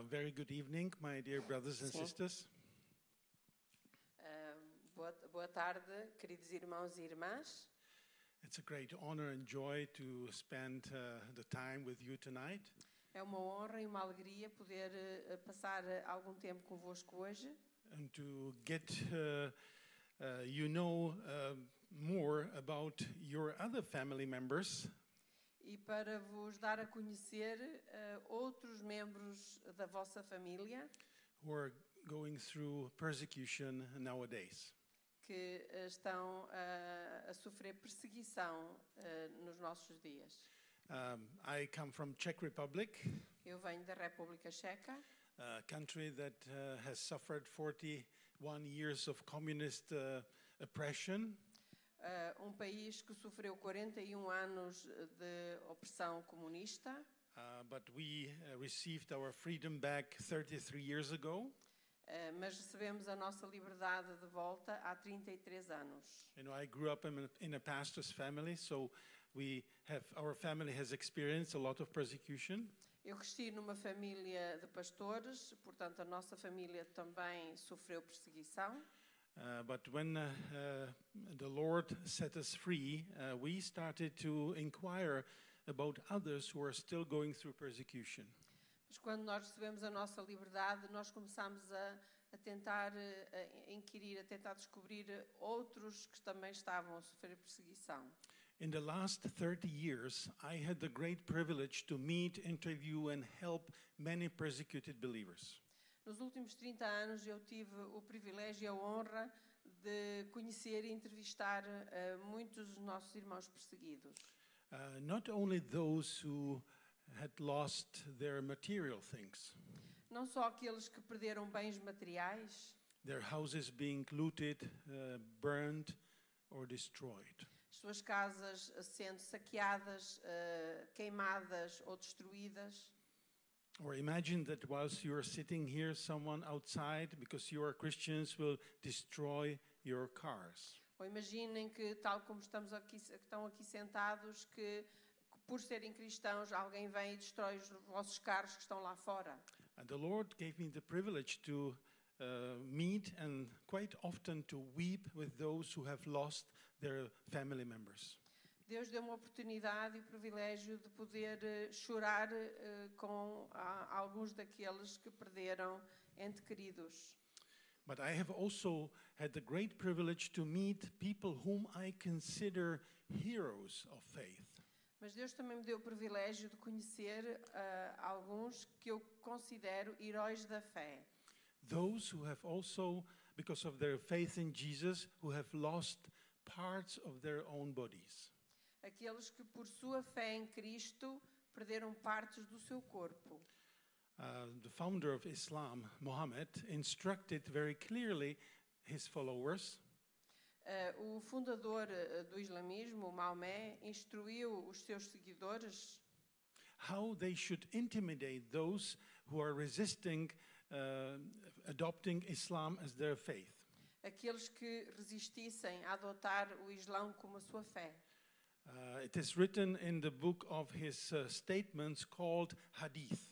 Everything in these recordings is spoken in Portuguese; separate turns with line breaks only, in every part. very good evening, my dear brothers and
Sim.
sisters.
Ah, boa, boa tarde, queridos irmãos e irmãs.
It's a great honor and joy to spend uh, the time with you tonight.
É uma honra e uma alegria poder eh, passar eh, algum tempo convosco hoje
and to get uh, uh, you know uh, more about your other family members
e para vos dar a conhecer eh, outros membros da vossa família
who are going through persecution nowadays.
que eh, estão ah, a sofrer perseguição eh, nos nossos dias.
Um, I come from Czech Republic,
Eu venho da República Checa,
a country that uh, has suffered 41 years of communist uh, oppression.
ah, um país que sofreu 41 anos de opressão comunista.
Uh, but we uh, received our freedom back 33 years ago.
Uh, mas recebemos a nossa liberdade de volta há 33 anos.
You know, I grew up in a, in a pastor's family, so we have our family has experienced a lot of persecution.
Eu cresci numa família de pastores, portanto a nossa família também sofreu perseguição,
Uh, but when uh, uh, the Lord set us free, uh, we started to inquire about others who are still going through persecution.
mas quando nós recebemos a nossa liberdade, nós começámos a, a tentar eh, a inquirir, a tentar descobrir outros que também estavam a sofrer perseguição.
In the last 30 years, I had the great privilege to meet, interview, and help many persecuted believers.
Nos últimos 30 anos eu tive o privilégio e a honra de conhecer e entrevistar eh, muitos dos nossos irmãos perseguidos.
Uh, not only those who had lost their material things,
Não só aqueles que perderam bens materiais,
their houses being looted, uh, burned, or destroyed.
suas casas sendo saqueadas, eh, queimadas ou destruídas.
Or imagine that whilst you are sitting here, someone outside, because you are Christians, will destroy your cars.
Ou imaginem que, tal como estamos aqui, que estão aqui sentados, que, que por serem cristãos alguém vem e destrói os vossos carros que estão lá fora.
And the Lord gave me the privilege to uh, meet and quite often to weep with those who have lost their family members.
Deus deu-me a oportunidade e o privilégio de poder eh, chorar eh, com a- alguns daqueles que perderam ente queridos.
But I have also had the great privilege to meet people whom I consider heroes of faith.
Mas Deus também me deu o privilégio de conhecer ah, alguns que eu considero heróis da fé.
Those who have also, because of their faith in Jesus, who have lost parts of their own bodies.
Aqueles que, por sua fé em Cristo, perderam partes do seu corpo.
Uh, the founder of Islam, Muhammad, instructed very clearly his followers
Ah, o fundador ah, do islamismo, Maomé, instruiu os seus seguidores
how they should intimidate those who are resisting uh, adopting Islam as their faith.
aqueles que resistissem a adotar o Islão como a sua fé.
Uh, it is written in the book of his uh, statements called Hadith.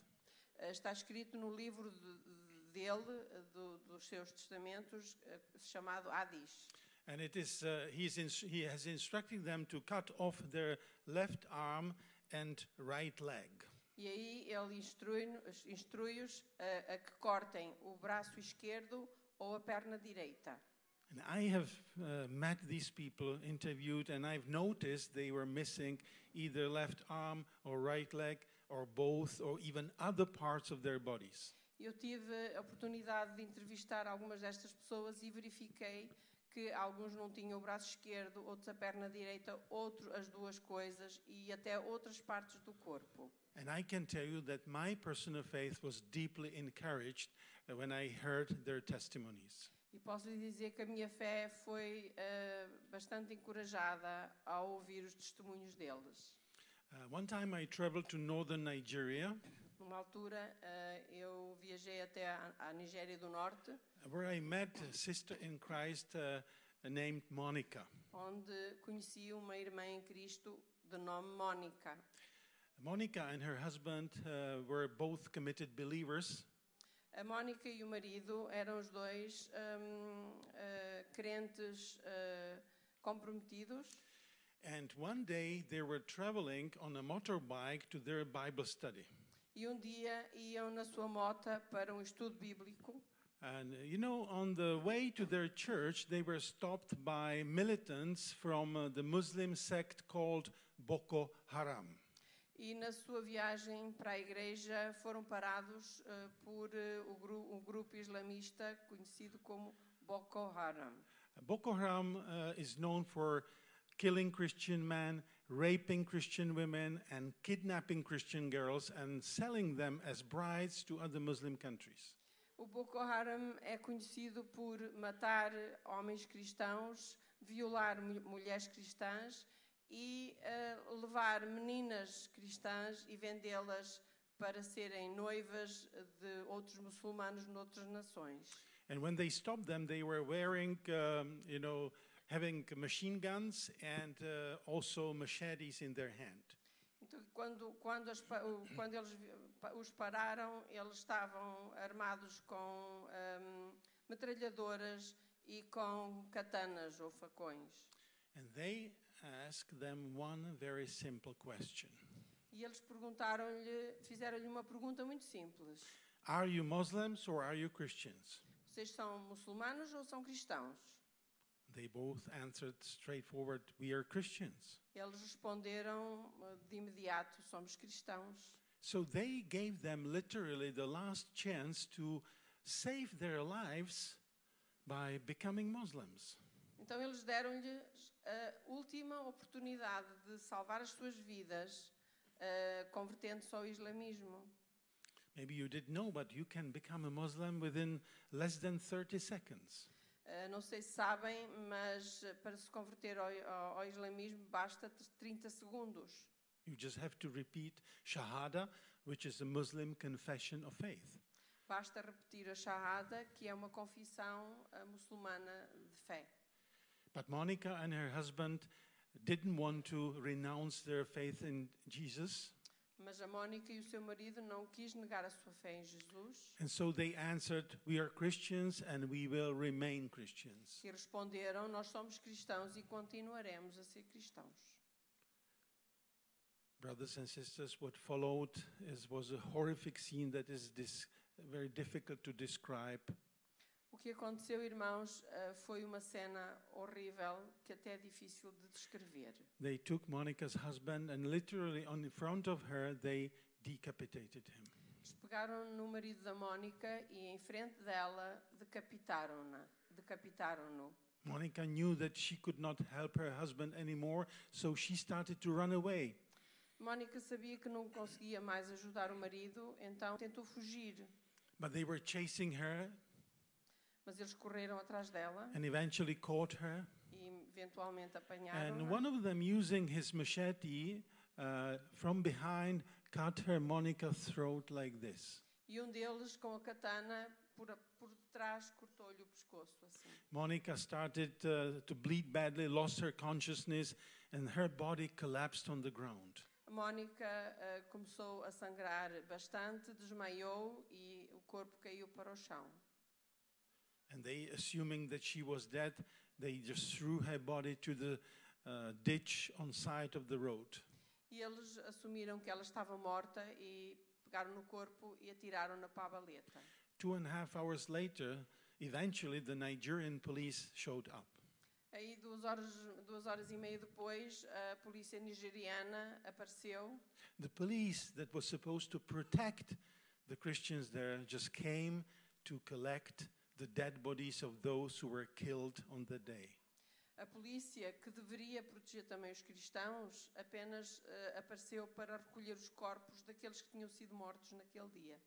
Ah, está escrito no livro de- de- dele, ah, do- dos seus testamentos, ah, chamado Hadith.
And it is, uh, he's ins- he has instructed them to cut off their left arm and right leg.
E aí ele instrui-nos- instrui-os a, a que cortem o braço esquerdo ou a perna direita.
And I have uh, met these people, interviewed, and I've noticed they were missing either left arm or right leg or both or even other parts of their bodies.
Eu tive a oportunidade de entrevistar algumas destas pessoas e verifiquei que alguns não tinham o braço esquerdo, outros a perna direita, outros as duas coisas e até outras partes do corpo.
And I can tell you that my personal faith was deeply encouraged uh, when I heard their testimonies.
E posso lhe dizer que a minha fé foi eh, bastante encorajada ao ouvir os testemunhos deles.
Uh, one time I traveled to northern Nigeria, uh,
Numa altura, eh, eu viajei até à, à Nigéria do Norte,
where I met a sister in Christ uh, named Monica.
onde conheci uma irmã em Cristo de nome Mónica.
Monica and her husband uh, were both committed believers,
A Mónica e o marido eram os dois hum, eh, crentes eh, comprometidos.
And one day they were traveling on a motorbike to their Bible study.
E um dia iam na sua mota para um estudo bíblico.
And uh, you know, on the way to their church, they were stopped by militants from uh, the Muslim sect called Boko Haram.
E na sua viagem para a igreja foram parados eh, por eh, o gru- um grupo islamista conhecido como Boko Haram.
Boko Haram uh, is known for killing Christian men, raping Christian women, and kidnapping Christian girls and selling them as brides to other Muslim countries.
O Boko Haram é conhecido por matar homens cristãos, violar mu- mulheres cristãs e eh, levar meninas cristãs e vendê-las para serem noivas de outros muçulmanos noutras nações.
And when they stopped them, they were wearing, um, you know, having machine guns and uh, also machetes in their hand.
Então, quando, quando, as pa- o- quando eles vi- pa- os pararam, eles estavam armados com ahm, metralhadoras e com katanas ou facões.
And they asked them one very simple question
E eles perguntaram-lhe, fizeram-lhe uma pergunta muito simples:
Are you Muslims or are you Christians?
Vocês são muçulmanos ou são cristãos?
They both answered straightforward, We are Christians.
Eles responderam eh, de imediato: Somos cristãos.
So they gave them literally the last chance to save their lives by becoming Muslims.
Então eles deram-lhe eh, a última oportunidade de salvar as suas vidas, eh, convertendo-se ao islamismo.
Maybe you didn't know, but you can become a Muslim within less than 30 seconds.
Eh, Não sei se sabem, mas eh, para se converter ao, ao- ao islamismo basta 30 segundos.
You just have to repeat Shahada, which is a Muslim confession of faith.
Basta repetir a Shahada, que é uma confissão eh, muçulmana de fé.
But Monica and her husband didn't want to renounce their faith in Jesus,
Mas a Mónica e o seu marido não quis negar a sua fé em Jesus
and so they answered, We are Christians and we will remain Christians.
e responderam: Nós somos cristãos e continuaremos a ser cristãos.
Brothers and sisters, what followed is, was a horrific scene that is dis, very difficult to describe.
O que aconteceu, irmãos, eh, foi uma cena horrível que até é difícil de descrever.
They took Monica's husband and literally on in front of her, they decapitated him.
Eles pegaram no marido da Mónica e, em frente dela, decapitaram-na. Decapitaram-no.
Monica knew that she could not help her husband anymore, so she started to run away.
Mónica sabia que não conseguia mais ajudar o marido, então tentou fugir.
But they were chasing her
Mas eles correram atrás dela
and eventually caught her.
e eventualmente apanharam.
And one of them, using his machete uh, from behind, cut her Monica's throat like this.
E um deles, com a katana, por, a- por trás cortou-lhe o pescoço, assim.
Monica started uh, to bleed badly, lost her consciousness, and her body collapsed on the ground.
A Mónica ah, começou a sangrar bastante, desmaiou e o corpo caiu para o chão.
And they, assuming that she was dead, they just threw her body to the uh, ditch on side of the road.
E eles assumiram que ela estava morta e pegaram no corpo e atiraram-na para a baleta.
Two and a half hours later, eventually the Nigerian police showed up.
Aí, duas horas, duas horas e meia depois, a polícia nigeriana apareceu
The police that was supposed to protect the Christians there just came to collect the dead bodies of those who were killed on the day.
A polícia, que deveria proteger também os cristãos, apenas eh, apareceu para recolher os corpos daqueles que tinham sido mortos naquele dia.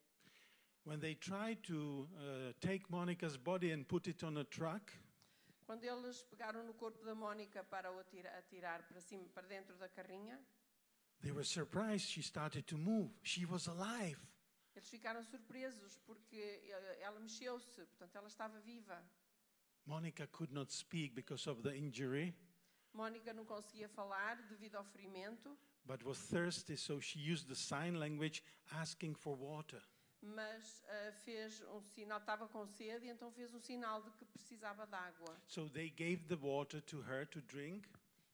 When they tried to uh, take Monica's body and put it on a truck,
Quando eles pegaram no corpo da Mónica para o atira- atirar para cima, para dentro da carrinha,
they were surprised she started to move. She was alive.
eles ficaram surpresos porque eh, ela mexeu-se, portanto ela estava viva.
Monica could not speak because of the injury,
Mónica não conseguia falar devido ao ferimento,
but was thirsty, so she used the sign language asking for water.
mas ah, fez um sinal, estava com sede, e então fez um sinal de que precisava de água.
So they gave the water to her to drink,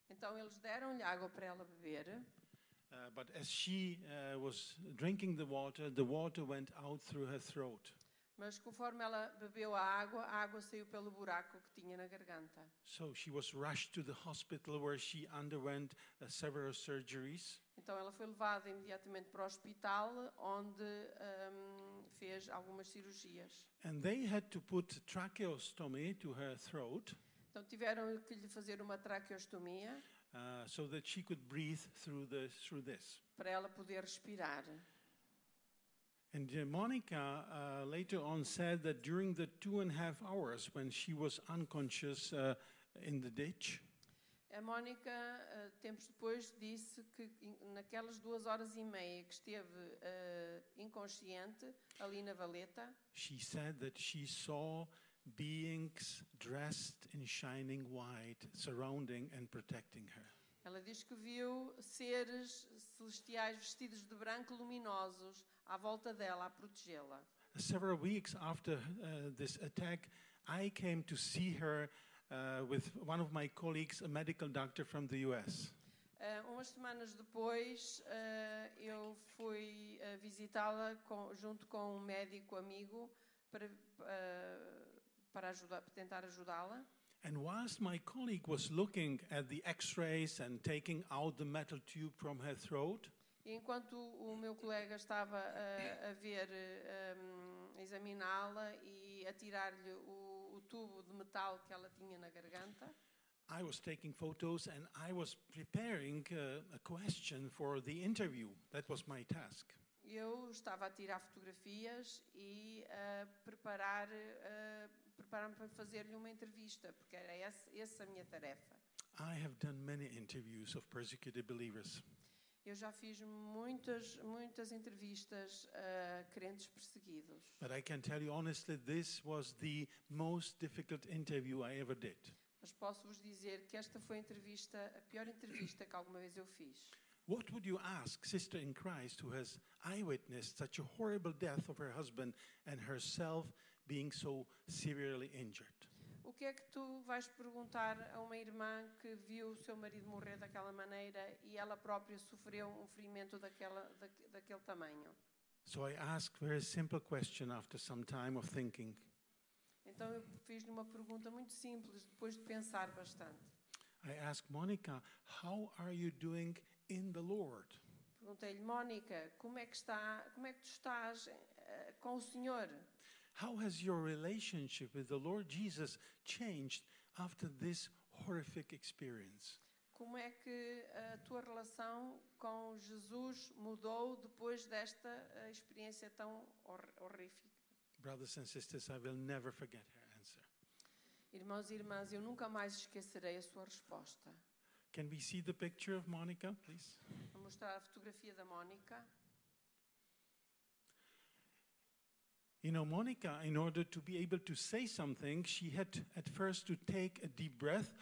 Então eles deram-lhe água para ela beber,
uh, but as she uh, was drinking the water, the water went out through her throat.
mas conforme ela bebeu a água, a água saiu pelo buraco que tinha na garganta.
So she was rushed to the hospital where she underwent uh, several surgeries.
Então ela foi levada imediatamente para o hospital, onde ahm, fez algumas cirurgias.
And they had to put tracheostomy to her throat
Então tiveram que lhe fazer uma traqueostomia
uh, so that she could breathe through, the, through this.
para ela poder respirar.
And uh, Monica uh, later on said that during the two and a half hours when she was unconscious uh, in the ditch,
A Mónica, ah, tempos depois, disse que in- naquelas duas horas e meia que esteve ah, inconsciente ali na valeta,
she said that she saw beings dressed in shining white surrounding and protecting her.
ela diz que viu seres celestiais vestidos de branco luminosos à volta dela, a protegê-la.
Several weeks after uh, this attack, I came to see her uh, with one of my colleagues, a medical doctor from the US.
Ah, umas semanas depois, ah, eu fui ah, visitá-la com- junto com um médico amigo para, ah, para ajudar, para tentar ajudá-la.
And whilst my colleague was looking at the x rays and taking out the metal tube from her throat,
E Enquanto o meu colega estava ah, a ver, ah, um, a examiná-la e a tirar-lhe o, o tubo de metal que ela tinha na garganta,
I was taking photos and I was preparing uh, a question for the interview. That was my task.
eu estava a tirar fotografias e a preparar, ah, preparar-me para fazer-lhe uma entrevista, porque era esse- essa a minha tarefa.
I have done many interviews of persecuted believers.
Eu já fiz muitas, muitas entrevistas a crentes perseguidos,
But I can tell you honestly, this was the most difficult interview I ever did.
mas posso-vos dizer que esta foi a entrevista, a pior entrevista que alguma vez eu fiz.
What would you ask sister in Christ who has eyewitnessed such a horrible death of her husband and herself being so severely injured?
O que é que tu vais perguntar a uma irmã que viu o seu marido morrer daquela maneira e ela própria sofreu um ferimento daquela, daque- daquele tamanho?
So I asked very simple question after some time of thinking.
Então eu fiz-lhe uma pergunta muito simples, depois de pensar bastante.
I asked Monica, "How are you doing in the Lord?"
Perguntei-lhe, Mónica, como é que está, como é que tu estás eh, com o Senhor?
How has your relationship with the Lord Jesus changed after this horrific experience?
Como é que a tua relação com Jesus mudou depois desta eh, experiência tão hor- horrífica?
Brothers and sisters, I will never forget her answer.
Irmãos e irmãs, eu nunca mais esquecerei a sua resposta.
Can we see the picture of Monica, please?
Vou mostrar a fotografia da Mónica.
You know, Monica, in order to be able to say something, she had at first to take a deep breath,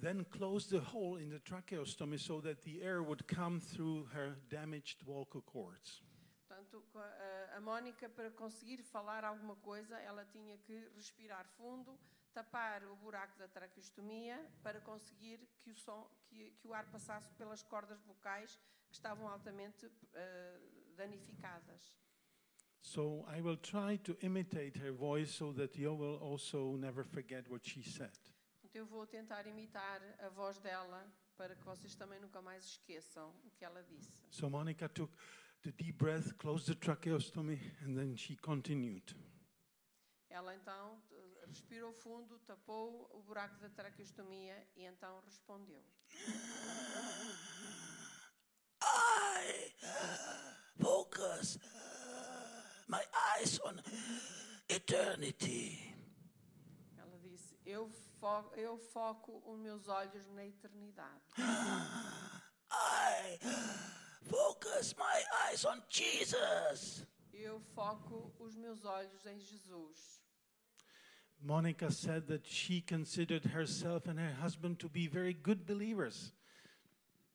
then close the hole in the tracheostomy so that the air would come through her damaged vocal cords.
Portanto, co- a- a Mónica, para conseguir falar alguma coisa, ela tinha que respirar fundo, tapar o buraco da traqueostomia para conseguir que o, som, que, que o ar passasse pelas cordas vocais que estavam altamente eh, danificadas.
So I will try to imitate her voice so that you will also never forget what she said.
Portanto, Então, eu vou tentar imitar a voz dela para que vocês também nunca mais esqueçam o que ela disse.
So Monica took the deep breath, closed the tracheostomy, and then she continued.
Ela então t- respirou fundo, tapou o buraco da traqueostomia e então respondeu.
I uh, focus uh, my eyes on eternity.
Ela disse: Eu foco, eu foco os meus olhos na eternidade.
I uh, focus my eyes on Jesus.
Eu foco os meus olhos em Jesus.
Monica said that she considered herself and her husband to be very good believers.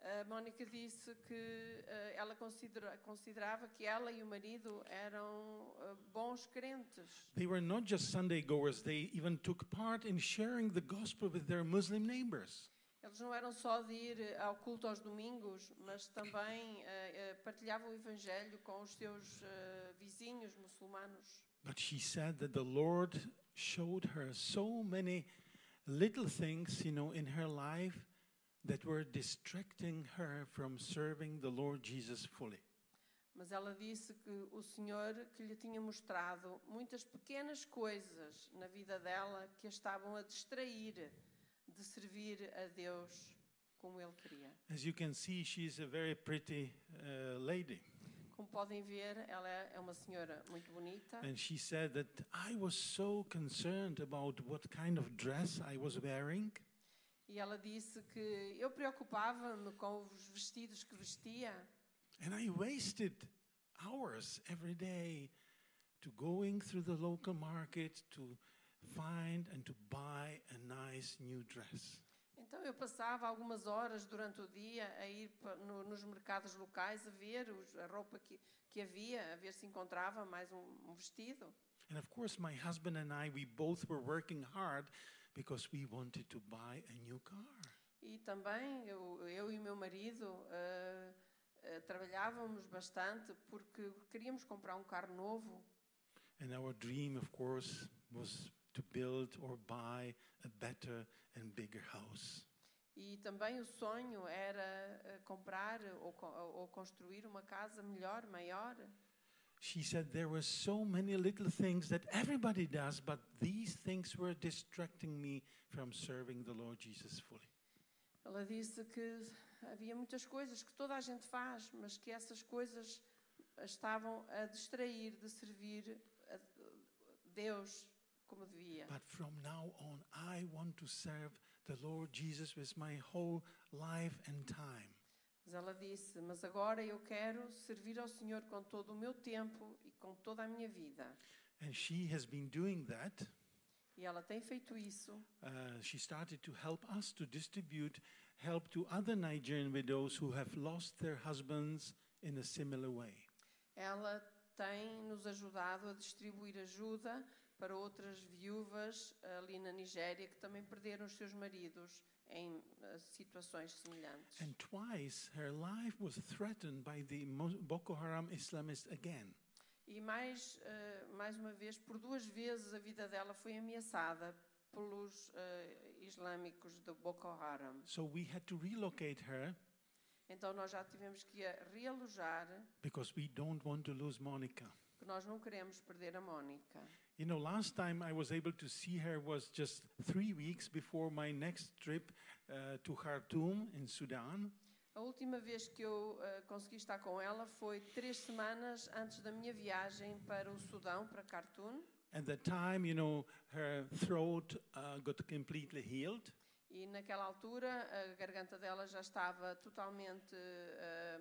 A A Mónica disse que eh, ela considera- considerava que ela e o marido eram eh, bons crentes.
They were not just Sunday goers, they even took part in sharing the gospel with their Muslim neighbors.
Eles não eram só de ir eh, ao culto aos domingos, mas também eh, eh, partilhavam o evangelho com os seus eh, vizinhos muçulmanos.
But she said that the Lord showed her so many little things, you know, in her life that were distracting her from serving the Lord Jesus fully.
Mas ela disse que o Senhor que lhe tinha mostrado muitas pequenas coisas na vida dela que a estavam a distrair de servir a Deus como ele queria.
As you can see, she's a very pretty uh, lady.
Como podem ver, ela é é uma senhora muito bonita
And she said that I was so concerned about what kind of dress I was wearing.
e ela disse que eu preocupava-me com os vestidos que vestia
And I wasted hours every day to going through the local market to find and to buy a nice new dress.
Então eu passava algumas horas durante o dia a ir pa- no- nos mercados locais a ver os- a roupa que, que havia, a ver se encontrava mais um, um vestido.
And of course, my husband and I, we both were working hard because we wanted to buy a new car.
E também eu, eu e o meu marido eh, eh, trabalhávamos bastante porque queríamos comprar um carro novo.
And our dream, of course, was to build or buy a better and bigger house.
E também o sonho era eh, comprar ou, co- ou construir uma casa melhor, maior.
She said there were so many little things that everybody does, but these things were distracting me from serving the Lord Jesus fully.
Ela disse que havia muitas coisas que toda a gente faz, mas que essas coisas estavam a distrair de servir a Deus como devia.
But from now on, I want to serve the Lord Jesus with my whole life and time.
Mas ela disse: Mas agora eu quero servir ao Senhor com todo o meu tempo e com toda a minha vida.
And she has been doing that.
E ela tem feito isso.
Uh, she started to help us to distribute help to other Nigerian widows who have lost their husbands in a similar way.
Ela tem nos ajudado a distribuir ajuda para outras viúvas ali na Nigéria que também perderam os seus maridos em eh, situações semelhantes.
And twice her life was threatened by the Mo- Boko Haram Islamists again.
E mais, eh, mais uma vez, por duas vezes a vida dela foi ameaçada pelos eh, islâmicos do Boko Haram.
So we had to relocate her
Então nós já tivemos que a realojar,
because we don't want to lose Monica.
porque nós não queremos perder a Mónica.
You know, last time I was able to see her was just three weeks before my next trip uh, to Khartoum in Sudan.
A última vez que eu eh, consegui estar com ela foi três semanas antes da minha viagem para o Sudão, para Khartoum.
At that time, you know, her throat uh, got completely healed.
E naquela altura a garganta dela já estava totalmente eh,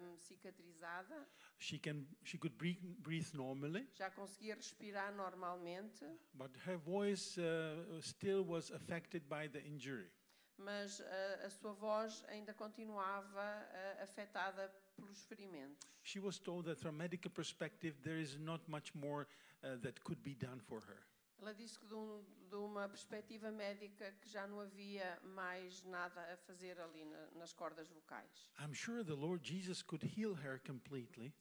cicatrizada,
She can she could breathe, breathe normally,
já conseguia respirar normalmente.
but her voice uh, still was affected by the injury.
mas eh, a sua voz ainda continuava eh, afetada pelos ferimentos.
She was told that from medical perspective, there is not much more uh, that could be done for her.
Ela disse que de, um, de uma perspectiva médica que já não havia mais nada a fazer ali na- nas cordas vocais.
I'm sure the Lord Jesus could heal her completely,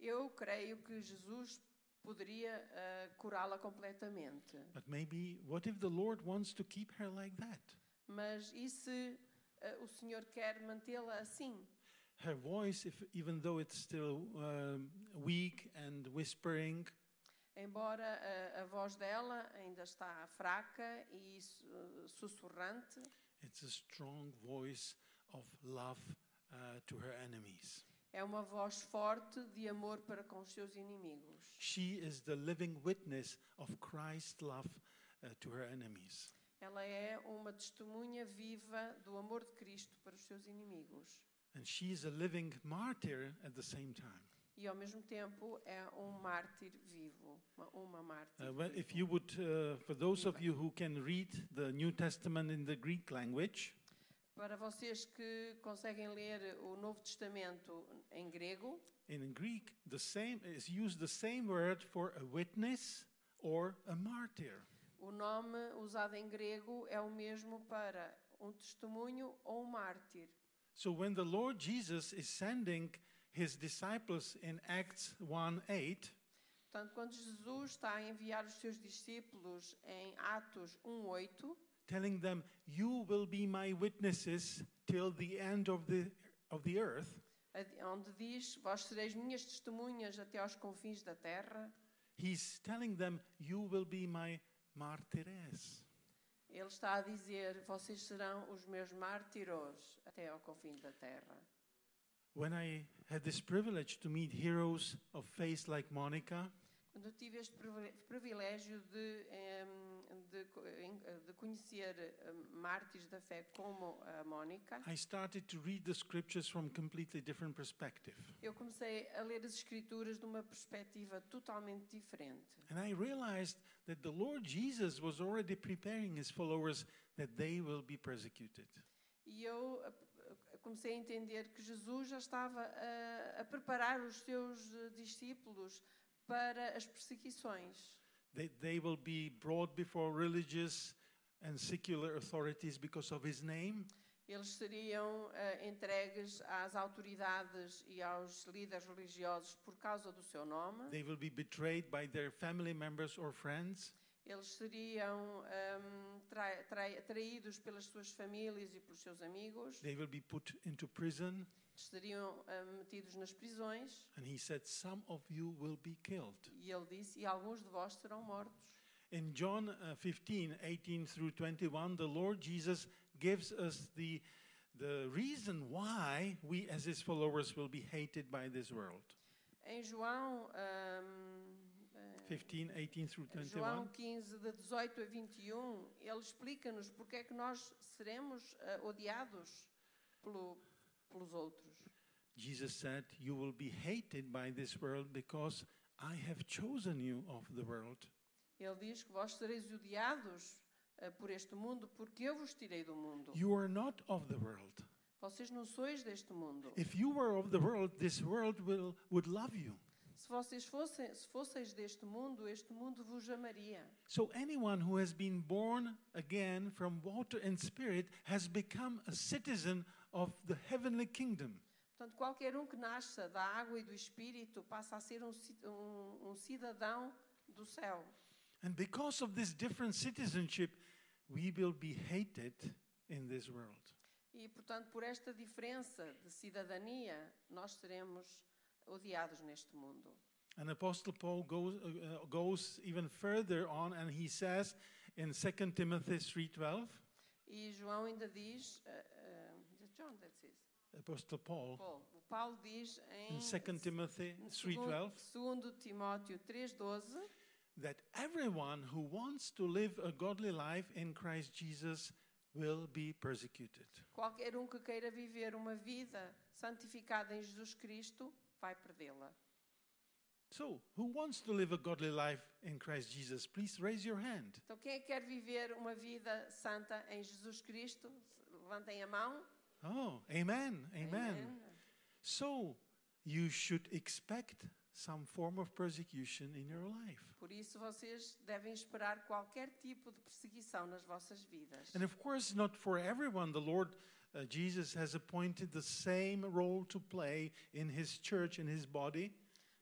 Eu creio que Jesus poderia eh, curá-la completamente,
but maybe what if the Lord wants to keep her like that?
mas e se eh, o Senhor quer mantê-la assim?
Her voice, if, even though it's still um, weak and whispering,
Embora eh, a, a voz dela ainda está fraca e su- eh, sussurrante,
it's a strong voice of love uh, to her enemies.
É uma voz forte de amor para com os seus inimigos.
She is the living witness of Christ's love uh, to her enemies.
Ela é uma testemunha viva do amor de Cristo para os seus inimigos.
And she is a living martyr at the same time.
E ao mesmo tempo é um mártir vivo, uma, uma mártir.
Uh, well,
viva.
if you would, uh, for those of you who can read the New Testament in the Greek language,
Para vocês que conseguem ler o Novo Testamento em grego,
In Greek, the same is used the same word for a witness or a martyr.
o nome usado em grego é o mesmo para um testemunho ou um mártir.
So when the Lord Jesus is sending his disciples in Acts 1 8,
Portanto, quando Jesus está a enviar os seus discípulos em Atos 1:8,
telling them, You will be my witnesses till the end of the, of the earth,
ad- onde diz: Vós sereis minhas testemunhas até aos confins da terra,
he's telling them, You will be my martyres.
ele está a dizer: Vocês serão os meus mártires até ao confim da terra.
When I had this privilege to meet heroes of faith like Monica,
Quando eu tive este privile- privilégio de, em, de, co- em- de conhecer eh, mártires da fé como a Mónica,
I started to read the scriptures from completely different perspective.
eu comecei a ler as Escrituras de uma perspectiva totalmente diferente.
And I realized that the Lord Jesus was already preparing his followers that they will be persecuted.
E eu eh, eh, comecei a entender que Jesus já estava a, a preparar os seus eh, discípulos para as perseguições.
That they will be brought before religious and secular authorities because of his name.
Eles seriam eh, entregues às autoridades e aos líderes religiosos por causa do seu nome.
They will be betrayed by their family members or friends.
Eles seriam ahm, trai- trai- traídos pelas suas famílias e pelos seus amigos,
They will be put into prison.
seriam ahm, metidos nas prisões.
And he said, Some of you will be killed.
E ele disse: E alguns de vós serão mortos.
In John uh, 15, 18 through 21, the Lord Jesus gives us the, the reason why we, as his followers, will be hated by this world.
Em João, ahm, eh,
15, 18 through 21.
João 15, de 18 a 21, ele explica-nos porque é que nós seremos ah, odiados pelo- pelos outros.
Jesus said, You will be hated by this world because I have chosen you of the world.
Ele diz que vós sereis odiados ah, por este mundo porque eu vos tirei do mundo.
You are not of the world.
Vocês não sois deste mundo.
If you were of the world, this world will, would love you.
Se vocês fossem, se fosseis deste mundo, este mundo vos amaria.
So anyone who has been born again from water and spirit has become a citizen of the heavenly kingdom.
Portanto, qualquer um que nasça da água e do Espírito passa a ser um, ci- um- um cidadão do céu.
And because of this different citizenship, we will be hated in this world.
E, portanto, por esta diferença de cidadania, nós seremos odiados neste mundo.
And Apostle Paul goes, uh, uh, goes even further on and he says in 2 Timothy 3:12,
E João ainda diz, eh, eh, is it John that says?
Apostle Paul
Paulo. O Paulo diz em
in 2 Timothy 3:12
segundo, 2 Timóteo 3:12
that everyone who wants to live a godly life in Christ Jesus will be persecuted.
Qualquer um que queira viver uma vida santificada em Jesus Cristo vai perdê-la.
So, who wants to live a godly life in Christ Jesus? Please raise your hand.
Então, quem é que quer viver uma vida santa em Jesus Cristo? Levantem a mão.
Oh, amen, amen. So, you should expect some form of persecution in your life.
Por isso, vocês devem esperar qualquer tipo de perseguição nas vossas vidas.
And of course, not for everyone. The Lord uh, Jesus has appointed the same role to play in his church, in his body.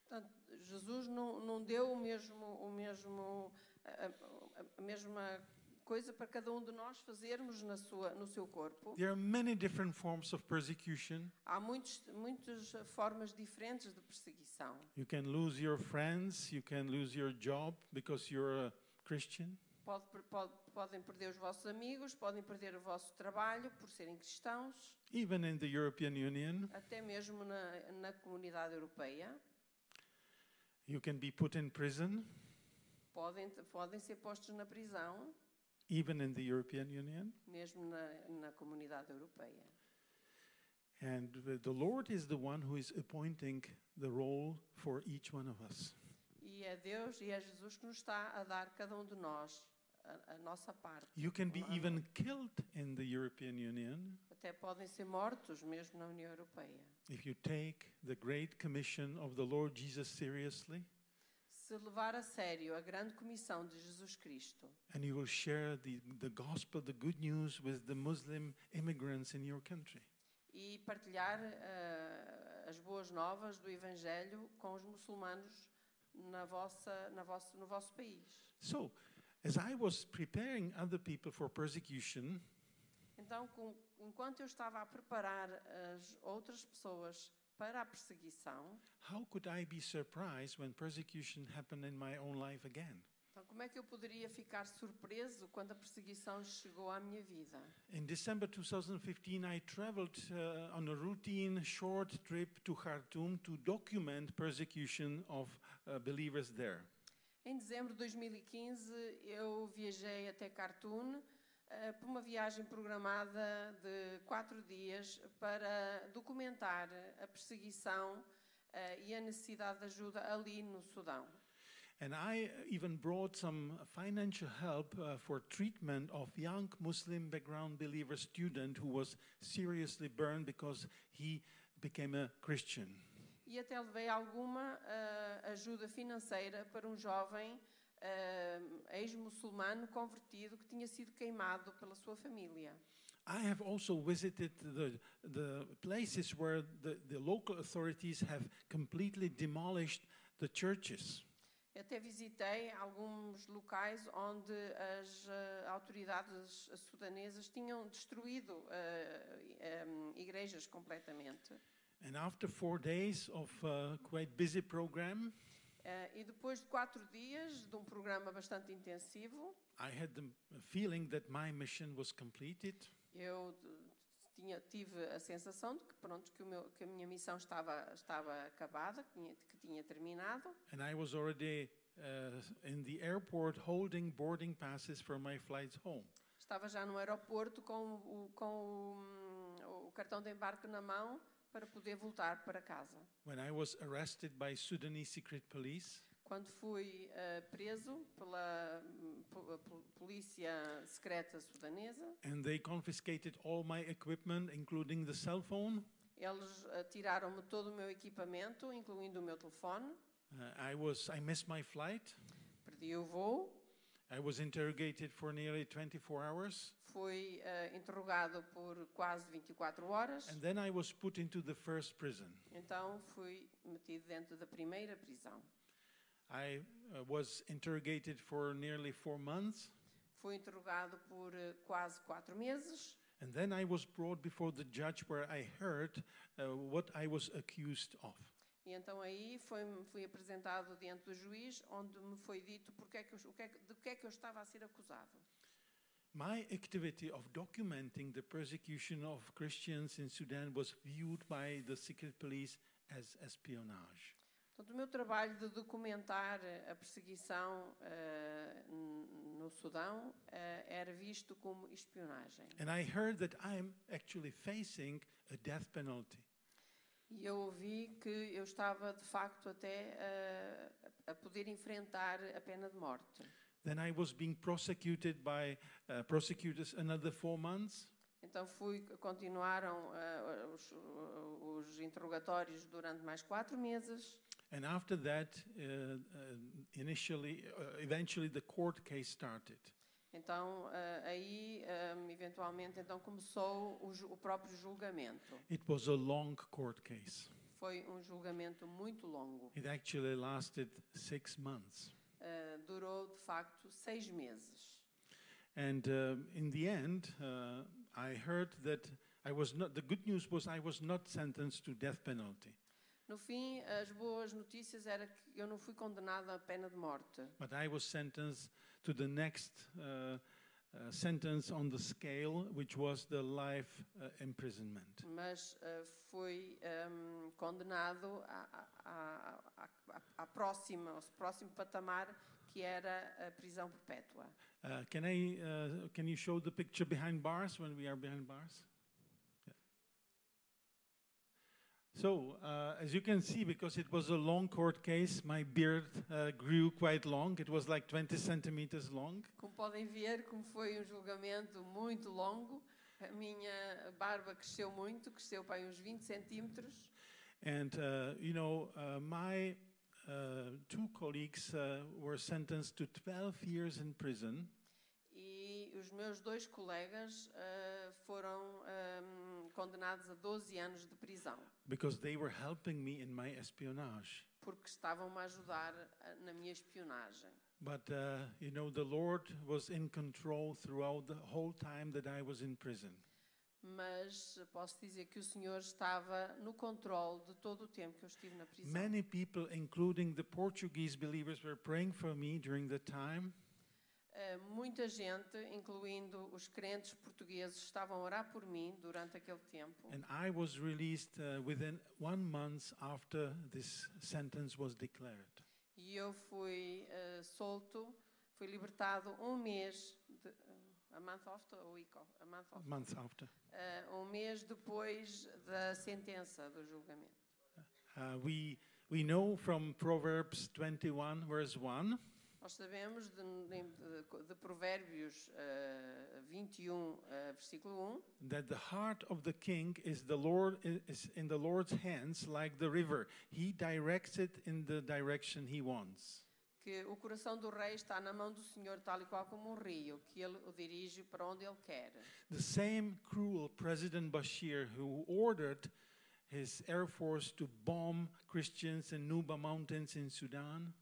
Portanto, Jesus não, não deu o mesmo, o mesmo, a, a- a mesma coisa para cada um de nós fazermos na sua, no seu corpo.
There are many different forms of persecution.
Há muitos, muitas formas diferentes de perseguição.
You can lose your friends, you can lose your job because you're a Christian.
Pode per- pode- podem perder os vossos amigos, podem perder o vosso trabalho por serem cristãos,
Even in the European Union,
até mesmo na, na comunidade europeia.
you can be put in prison.
Podem, podem ser postos na prisão,
even in the European Union.
mesmo na, na comunidade europeia.
And the- the Lord is the one who is appointing the role for each one of us.
E é Deus e é Jesus que nos está a dar, cada um de nós, a, a nossa parte.
You can be even killed in the European Union
Até podem ser mortos mesmo na União Europeia.
if you take the Great Commission of the Lord Jesus seriously
Se levar a sério a grande comissão de Jesus Cristo
and you will share the, the gospel, the good news with the Muslim immigrants in your country.
e partilhar eh, as boas novas do Evangelho com os muçulmanos na vossa, na vosso, no vosso país.
So, as I was preparing other people for persecution,
Então, com- enquanto eu estava a preparar as outras pessoas para a perseguição,
how could I be surprised when persecution happened in my own life again?
então como é que eu poderia ficar surpreso quando a perseguição chegou à minha vida?
In December 2015, I traveled uh, on a routine short trip to Khartoum to document persecution of uh, believers there.
Em dezembro de 2015, eu viajei até Khartoum eh, por uma viagem programada de quatro dias para documentar a perseguição eh, e a necessidade de ajuda ali no Sudão.
And I even brought some financial help uh, for treatment of young Muslim background believer student who was seriously burned because he became a Christian.
E até levei alguma eh, ajuda financeira para um jovem eh, ex-muçulmano convertido que tinha sido queimado pela sua família.
I have also visited the, the places where the, the local authorities have completely demolished the churches.
Até visitei alguns locais onde as eh, autoridades sudanesas tinham destruído eh, i- em, igrejas completamente.
And after four days of uh, quite busy program,
Eh, e depois de quatro dias de um programa bastante intensivo,
I had the feeling that my mission was completed.
eu t- tinha, tive a sensação de que, pronto, que, o meu- que a minha missão estava, estava acabada, que tinha, que tinha terminado.
And I was already uh, in the airport holding boarding passes for my flights home.
Estava já no aeroporto com, o, com o- o cartão de embarque na mão para poder voltar para casa.
When I was arrested by Sudanese secret police,
Quando fui eh, preso pela hum, po- po- polícia secreta sudanesa,
and they confiscated all my equipment, including the cell phone,
eles eh, tiraram-me todo o meu equipamento, incluindo o meu telefone.
uh, I was I missed my flight.
Perdi o voo,
I was interrogated for nearly 24 hours,
fui eh, interrogado por quase 24 horas,
and then I was put into the first prison.
então fui metido dentro da primeira prisão.
I uh, was interrogated for nearly four months,
Fui interrogado por eh, quase quatro meses
and then I was brought before the judge, where I heard uh, what I was accused of.
e então aí foi fui apresentado diante do juiz, onde me foi dito porque é que eu- o que é que- de que é que eu estava a ser acusado.
My activity of documenting the persecution of Christians in Sudan was viewed by the secret police as espionage.
Portanto, o meu trabalho de documentar a perseguição eh, n- no Sudão eh, era visto como espionagem.
And I heard that I'm actually facing a death penalty.
E eu ouvi que eu estava, de facto, até eh, a poder enfrentar a pena de morte.
Then I was being prosecuted by uh, prosecutors another four months.
Então fui, continuaram eh, os, os interrogatórios durante mais quatro meses
And after that, uh, uh, initially, uh, eventually, the court case started.
Então eh, aí eh, eventualmente então começou o, ju- o próprio julgamento.
It was a long court case.
Foi um julgamento muito longo.
It actually lasted six months.
Eh, durou de facto seis meses.
And um, in the end, uh, I heard that I was not. The good news was I was not sentenced to death penalty,
No fim, as boas notícias era que eu não fui condenada à pena de morte,
but I was sentenced to the next uh, uh, sentence on the scale, which was the life uh, imprisonment.
mas eh, fui ehm, condenado à, à- à- à- à próxima, ao próximo patamar que era a prisão perpétua.
Uh, can I? Uh, can you show the picture behind bars when we are behind bars? Yeah. So, uh, as you can see, because it was a long court case, my beard uh, grew quite long. It was like 20 centimeters long.
Como podem ver, como foi um julgamento muito longo, a minha barba cresceu muito, cresceu para aí uns 20 centímetros.
And, uh, you know, uh, my uh, two colleagues uh, were sentenced to 12 years in prison
E os meus dois colegas ah, foram ahm, condenados a 12 anos de prisão,
because they were helping me in my espionage.
porque estavam-me a ajudar ah, na minha espionagem.
But, uh, you know, the Lord was in control throughout the whole time that I was in prison.
Mas posso dizer que o Senhor estava no controle de todo o tempo que eu estive na prisão.
Many people, including the Portuguese believers, were praying for me during the time.
Ah, muita gente, incluindo os crentes portugueses, estavam a orar por mim durante aquele tempo.
And I was released uh, within one month after this sentence was declared.
E eu fui eh, solto, fui libertado um mês, de, a month after, a week of- a month
A
after,
month after.
eh, um mês depois da sentença do julgamento.
Uh, we, we know from Proverbs 21, verse 1,
Nós sabemos de, de, de Provérbios eh, 21, eh, versículo 1,
that the heart of the king is, the Lord, i- is in the Lord's hands like the river. He directs it in the direction he wants.
que o coração do rei está na mão do Senhor, tal e qual como um rio, que ele o dirige para onde ele quer.
The same cruel President Bashir who ordered his air force to bomb Christians in Nuba Mountains in Sudan.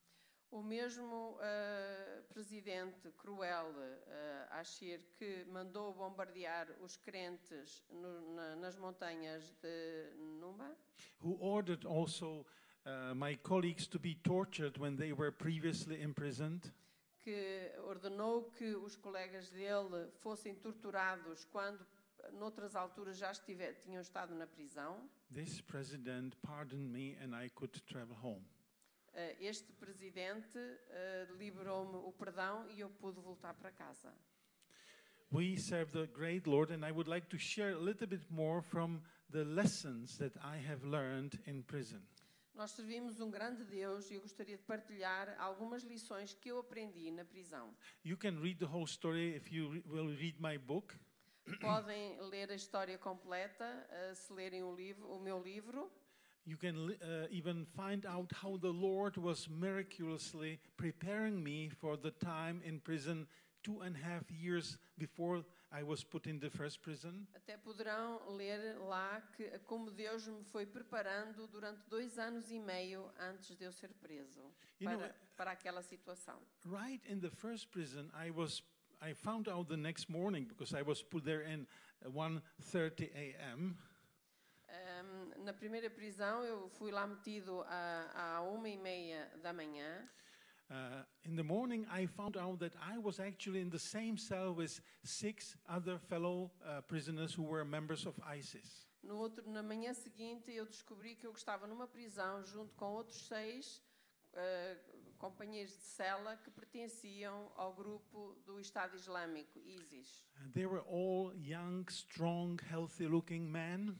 O mesmo eh, presidente cruel, uh, Ashir, que mandou bombardear os crentes no- na- nas montanhas de Numa,
who ordered also uh, my colleagues to be tortured when they were previously imprisoned.
que ordenou que os colegas dele fossem torturados quando, noutras alturas, já estive, tinham estado na prisão.
This president pardoned me and I could travel home.
Eh, este presidente eh, liberou-me o perdão e eu pude voltar para casa.
We serve the great Lord, and I would like to share a little bit more from the lessons that I have learned in prison.
Nós servimos um grande Deus e eu gostaria de partilhar algumas lições que eu aprendi na prisão.
You can read the whole story if you re- will read my book.
Podem ler a história completa eh, se lerem o, livro, o meu livro.
You can li- uh, even find out how the Lord was miraculously preparing me for the time in prison two and a half years before I was put in the first prison.
Até poderão ler lá que, como Deus me foi preparando durante dois anos e meio antes de eu ser preso
E não
para,
é-
para aquela situação.
Right in the first prison, I was I found out the next morning because I was put there in 1:30 a.m.
Ahm, na primeira prisão, eu fui lá metido à à uma e meia da manhã.
Uh, in the morning, I found out that I was actually in the same cell with six other fellow uh, prisoners who were members of ISIS.
No outro, na manhã seguinte, eu descobri que eu estava numa prisão junto com outros seis eh, companheiros de cela que pertenciam ao grupo do Estado Islâmico, ISIS.
And Uh, They were all young, strong, healthy looking men.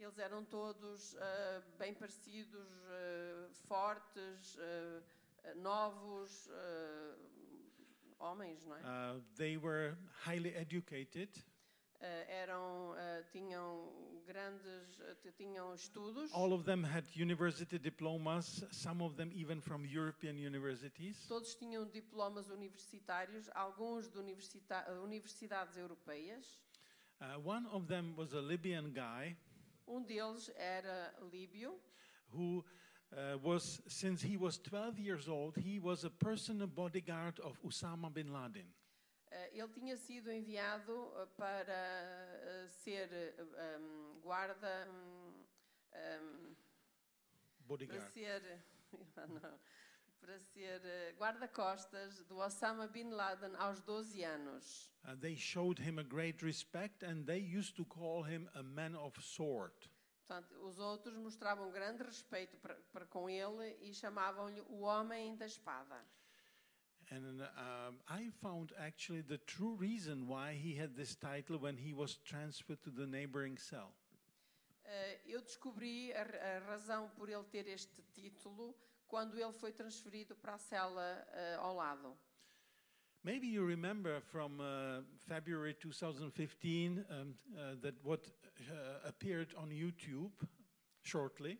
Eles eram todos eh, bem parecidos, eh, fortes, eh, eh, novos, eh, homens, não é?
Uh, they were highly educated,
Eh, eram, eh, tinham grandes, eh, t- tinham estudos.
all of them had university diplomas, some of them even from European universities.
Todos tinham diplomas universitários, alguns de universita- universidades europeias.
Uh, one of them was a Libyan guy
Um deles era líbio,
who uh, was, since he was 12 years old, he was a personal bodyguard of Osama bin Laden.
Eh, ele tinha sido enviado eh, para eh, ser eh, um, guarda. hum, um, para
Bodyguard.
ser. Não, para ser eh, guarda-costas do Osama Bin Laden aos 12 anos.
Uh, they showed him a great respect and they used to call him a man of sword.
Portanto, os outros mostravam grande respeito para, para com ele e chamavam-lhe o homem da espada.
And um, I found actually the true reason why he had this title when he was transferred to the neighboring cell.
Eh, Eh, Eu descobri a, ra- a razão por ele ter este título quando ele foi transferido para a cela eh, ao lado.
Maybe you remember from uh, February 2015 um, uh, that what uh, appeared on YouTube shortly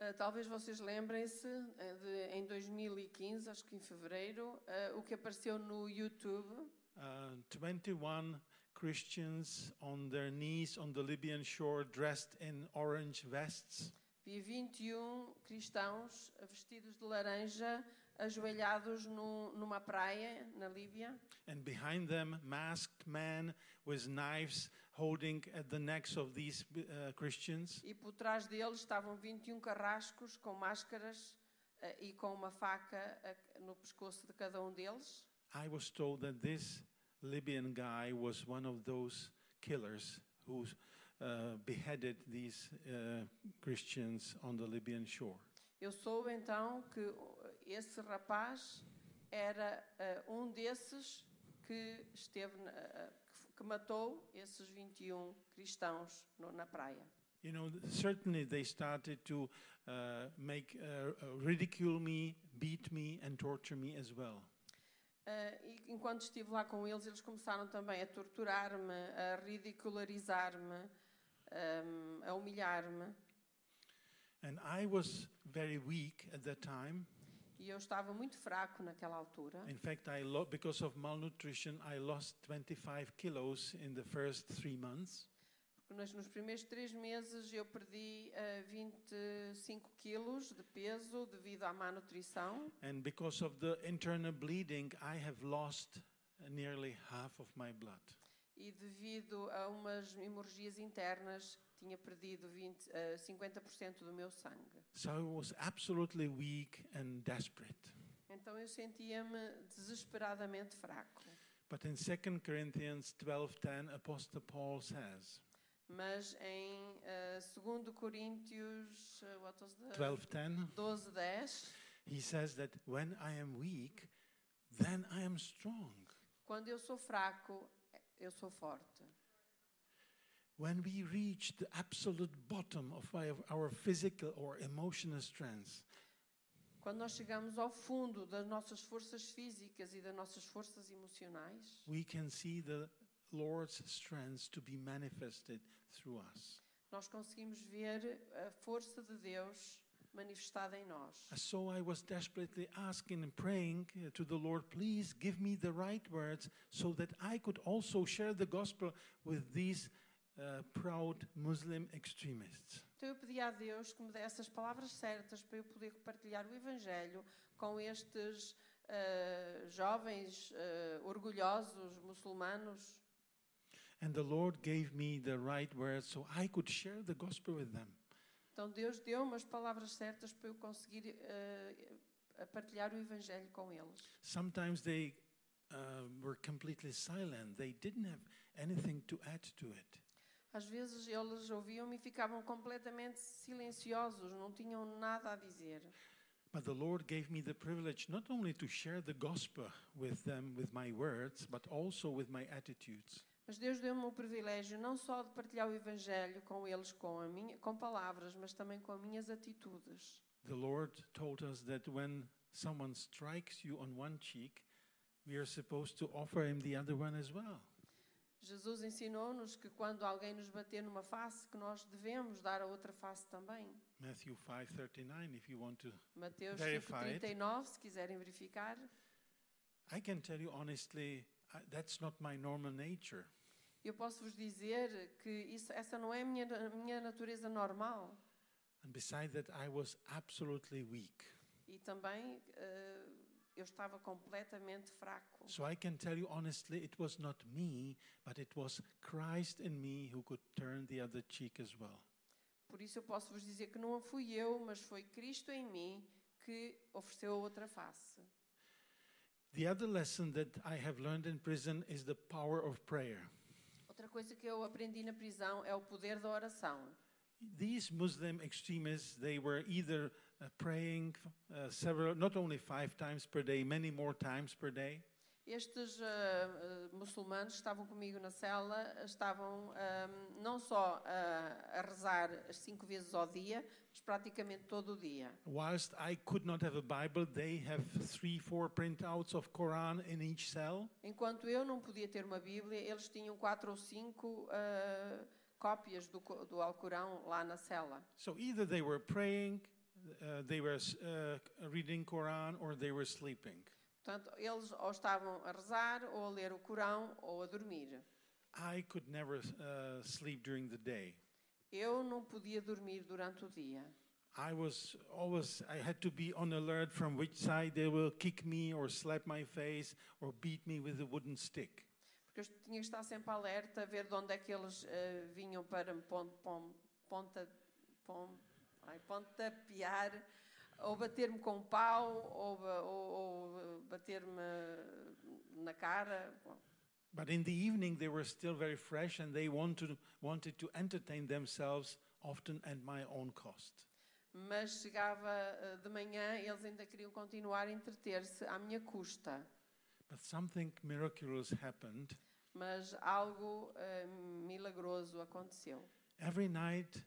Eh, Talvez vocês lembrem-se, eh, de- em 2015, acho que em fevereiro, eh, o que apareceu no YouTube
uh, 21 Christians on their knees on the Libyan shore dressed in orange vests.
Dia 21, cristãos vestidos de laranja, ajoelhados num- numa praia na Líbia,
And behind them, masked men with knives holding at the necks of these uh, Christians.
e por trás deles estavam 21 carrascos com máscaras eh, e com uma faca eh, no pescoço de cada um deles.
I was told that this Libyan guy was one of those killers who uh, beheaded these uh, Christians on the Libyan shore.
Eu soube então que o- esse rapaz era eh, um desses que esteve na- eh, que f- que matou esses 21 cristãos no- na praia.
You know, th- certainly they started to uh, make uh, uh, ridicule me, beat me, and torture me as well.
Ah, e enquanto estive lá com eles, eles começaram também a torturar-me, a ridicularizar-me, ahm, a humilhar-me.
And I was very weak at that time.
E eu estava muito fraco naquela altura.
In fact, I lo- because of malnutrition, I lost 25 kilos in the first three months.
Porque nos, nos primeiros três meses eu perdi ah, 25 quilos de peso devido à má nutrição.
And because of the internal bleeding, I have lost nearly half of my blood.
E devido a umas hemorragias internas, tinha perdido 20, ah, 50% do meu sangue.
So I was absolutely weak and desperate.
Então eu sentia-me desesperadamente fraco.
But in 2 Corinthians 12:10, Apostle Paul says,
Mas em eh, 2 Coríntios eh, what was the-
12:10,
12, 10,
he says that when I am weak, then I am strong.
quando eu sou fraco, eu sou forte.
When we reach the absolute bottom of our- our physical or emotional strength,
Quando nós chegamos ao fundo das nossas forças físicas e das nossas forças emocionais,
we can see the Lord's strength to be manifested through us.
nós conseguimos ver a força de Deus manifestada em nós.
Uh, So I was desperately asking and praying uh, to the Lord, please give me the right words so that I could also share the gospel with these uh, proud Muslim extremists.
Então eu pedi a Deus que me desse as palavras certas para eu poder partilhar o Evangelho com estes eh, jovens eh, orgulhosos muçulmanos.
And the Lord gave me the right words so I could share the gospel with them.
Então Deus deu-me as palavras certas para eu conseguir eh, a partilhar o Evangelho com eles.
Sometimes they uh, were completely silent, they didn't have anything to add to it.
Às vezes eles ouviam-me e ficavam completamente silenciosos, não tinham nada a dizer.
But the Lord gave me the privilege not only to share the gospel with them with my words, but also with my attitudes.
Mas Deus deu-me o privilégio não só de partilhar o Evangelho com eles com, a minha, com palavras, mas também com as minhas atitudes.
The Lord told us that when someone strikes you on one cheek, we are supposed to offer him the other one as well.
Jesus ensinou-nos que quando alguém nos bater numa face, que nós devemos dar a outra face também.
Matthew 5:39 if you want to.
Mateus
Verified.
5,39, se quiserem verificar.
I can tell you honestly, I, that's not my normal nature.
Eu posso vos dizer que isso, essa não é a minha, a minha natureza normal.
And besides that, I was absolutely weak.
E também eh, eu estava completamente fraco.
So I can tell you honestly, it was not me, but it was Christ in me who could turn the other cheek as well.
Por isso eu posso vos dizer que não fui eu, mas foi Cristo em mim que ofereceu a outra face.
The other lesson that I have learned in prison is the power of prayer.
Outra coisa que eu aprendi na prisão é o poder da oração.
These Muslim extremists, they were either uh, praying uh, several, not only five times per day, many more times per day,
Estes ah, ah, muçulmanos que estavam comigo na cela, estavam ah, não só ah, a rezar as cinco vezes ao dia, mas praticamente todo o dia.
Whilst I could not have a Bible, they have three, four printouts of Quran in each cell.
Enquanto eu não podia ter uma Bíblia, eles tinham quatro ou cinco ah, cópias do, co- do Alcorão lá na cela.
So either they were praying, uh, they were uh, reading Quran, or they were sleeping.
Portanto, eles ou estavam a rezar, ou a ler o Corão, ou a dormir.
I could never uh, sleep during the day.
Eu não podia dormir durante o dia.
I was always, I had to be on alert from which side they will kick me or slap my face or beat me with a wooden stick.
Porque eu tinha que estar sempre alerta, a ver de onde é que eles eh, vinham para me pon, pon, ponta, pon, ai, pontapear, ou bater-me com um pau, ou, ba- ou- ou, eh, bater-me na cara. Bom,
But in the evening, they were still very fresh and they wanted, wanted to entertain themselves often at my own cost.
Mas chegava eh, de manhã, eles ainda queriam continuar a entreter-se à minha custa.
But something miraculous happened.
Mas algo eh, milagroso aconteceu.
Every night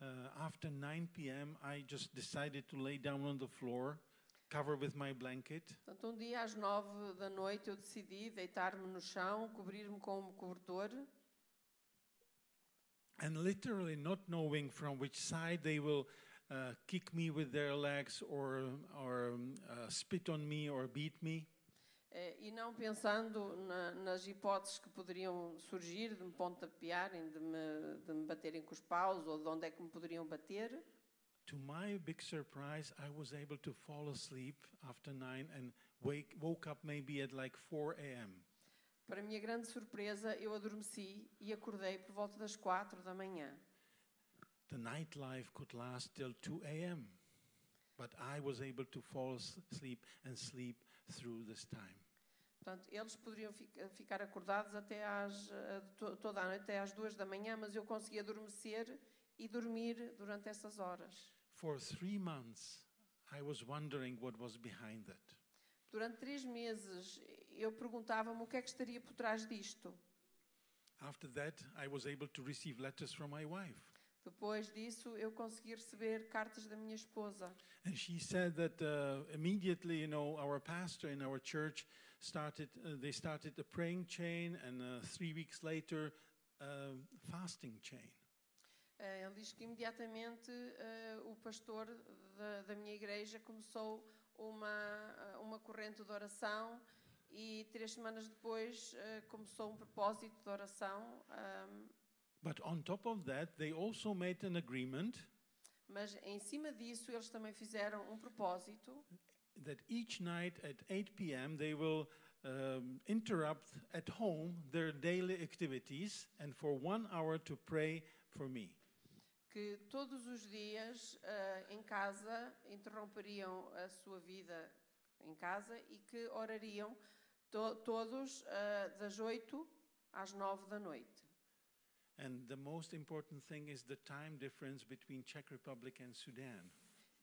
uh, after 9 p.m., I just decided to lay down on the floor, covered with my blanket,
Portanto, um dia às nove da noite eu decidi deitar-me no chão, cobrir-me com um cobertor
and literally not knowing from which side they will uh, kick me with their legs or, or um, uh, spit on me or beat me.
eh, e não pensando na- nas hipóteses que poderiam surgir de me pontapearem, de me, de me baterem com os paus ou de onde é que me poderiam bater.
To my big surprise, I was able to fall asleep after 9 and wake, woke up maybe at like 4 a.m.
Para minha grande surpresa, eu adormeci e acordei por volta das quatro da manhã.
The nightlife could last till 2 a.m., but I was able to fall as- asleep and sleep through this time.
Portanto, eles poderiam fi- ficar acordados até às, eh, to- toda a noite, até às duas da manhã, mas eu consegui adormecer e dormir durante essas horas.
For three months, I was wondering what was behind that.
Durante três meses, eu perguntava-me o que é que estaria por trás disto.
After that, I was able to receive letters from my wife.
Depois disso, eu consegui receber cartas da minha esposa.
And she said that uh, immediately, you know, our pastor in our church started, uh, they started a praying chain, and uh, three weeks later, a fasting chain.
Eh, Ele diz que imediatamente eh, o pastor da, da minha igreja começou uma, ah, uma corrente de oração e três semanas depois eh, começou um propósito de oração. ahm,
But on top of that, they also made an agreement
mas em cima disso, eles também fizeram um propósito
that each night at 8 p.m. they will um, interrupt at home their daily activities and for one hour to pray for me.
que todos os dias ah, em casa interromperiam a sua vida em casa e que orariam to- todos ah, das 8 às 9 da noite.
And the most important thing is the time difference between Czech Republic and Sudan.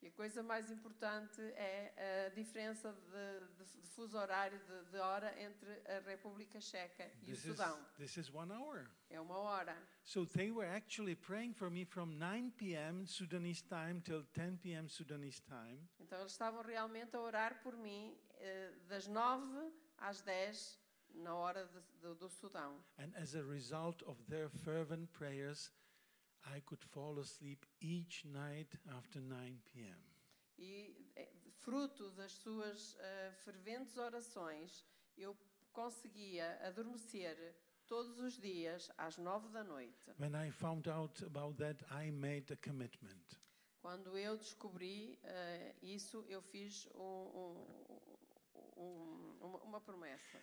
E a coisa mais importante é a diferença de, de- de fuso horário de, de hora entre a República Checa e o
This is,
Sudão.
this is one hour.
É uma hora.
So they were actually praying for me from 9 p.m. Sudanese time till 10 p.m. Sudanese time.
Então eles estavam realmente a orar por mim eh, das 9 às 10 na hora de- do- do Sudão.
And as a result of their fervent prayers, I could fall asleep each night after 9 p.m.
E eh, fruto das suas eh, ferventes orações, eu conseguia adormecer todos os dias às 9 da noite.
When I found out about that, I made a commitment.
Quando eu descobri eh, isso, eu fiz um- um- um- uma, uma promessa.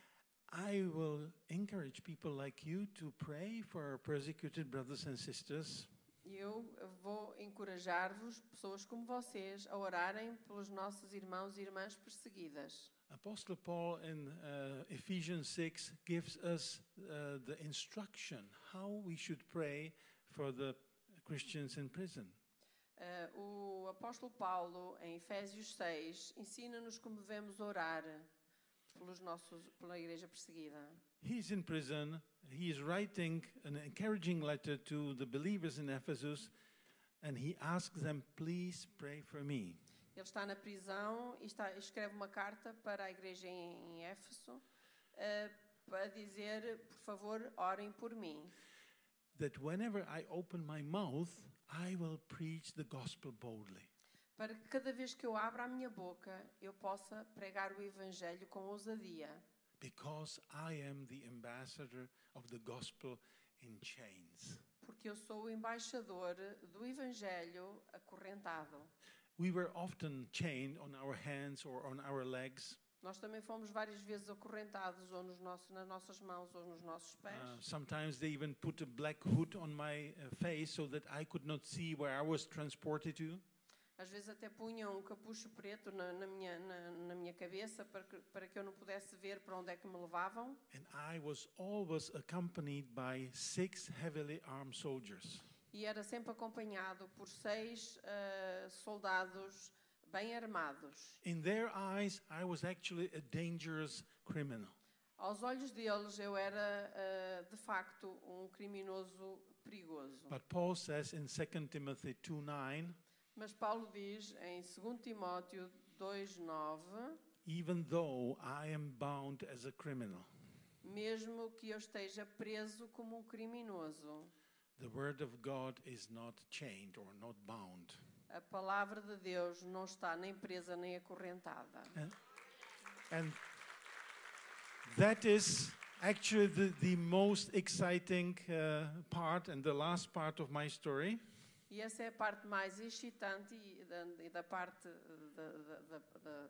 I will encourage people like you to pray for our persecuted brothers and sisters,
E eu vou encorajar-vos, pessoas como vocês, a orarem pelos nossos irmãos e irmãs perseguidas.
Apostle Paul in uh, Ephesians 6 gives us uh, the instruction how we should pray for the Christians in prison.
Eh, o apóstolo Paulo, em Efésios 6, ensina-nos como devemos orar pelos nossos, pela igreja perseguida.
He's in prison. He is writing an encouraging letter to the believers in Ephesus, and he asks them, Please pray for me.
Ele está na prisão e está- escreve uma carta para a igreja em, em Éfeso eh, para dizer, por favor, orem por mim.
That whenever I open my mouth, I will preach the gospel boldly.
Para que cada vez que eu abra a minha boca, eu possa pregar o Evangelho com ousadia.
because I am the ambassador of the gospel in chains.
Porque eu sou o embaixador do Evangelho acorrentado.
We were often chained on our hands or on our legs,
Nós também fomos várias vezes acorrentados, ou nos nossos, nas nossas mãos, ou nos nossos
Uh,
pés.
sometimes they even put a black hood on my uh, face so that I could not see where I was transported to.
Às vezes até punham um capucho preto na, na minha, na, na minha cabeça para que, para que eu não pudesse ver para onde é que me levavam.
And I was always accompanied by six heavily armed soldiers.
E era sempre acompanhado por seis ah, soldados bem armados.
In their eyes, I was actually a dangerous criminal.
Aos olhos deles, eu era ah, de facto um criminoso perigoso.
But Paul says in 2 Timothy 2:9,
Mas Paulo diz em 2 Timóteo 2,9:
even though I am bound as a criminal,
mesmo que eu esteja preso como um criminoso,
The word of God is not chained or not bound.
a palavra de Deus não está nem presa nem acorrentada.
And that is actually the, the most exciting uh, part and the last part of my story.
E essa é a parte mais excitante e da, e da parte da, da- da- da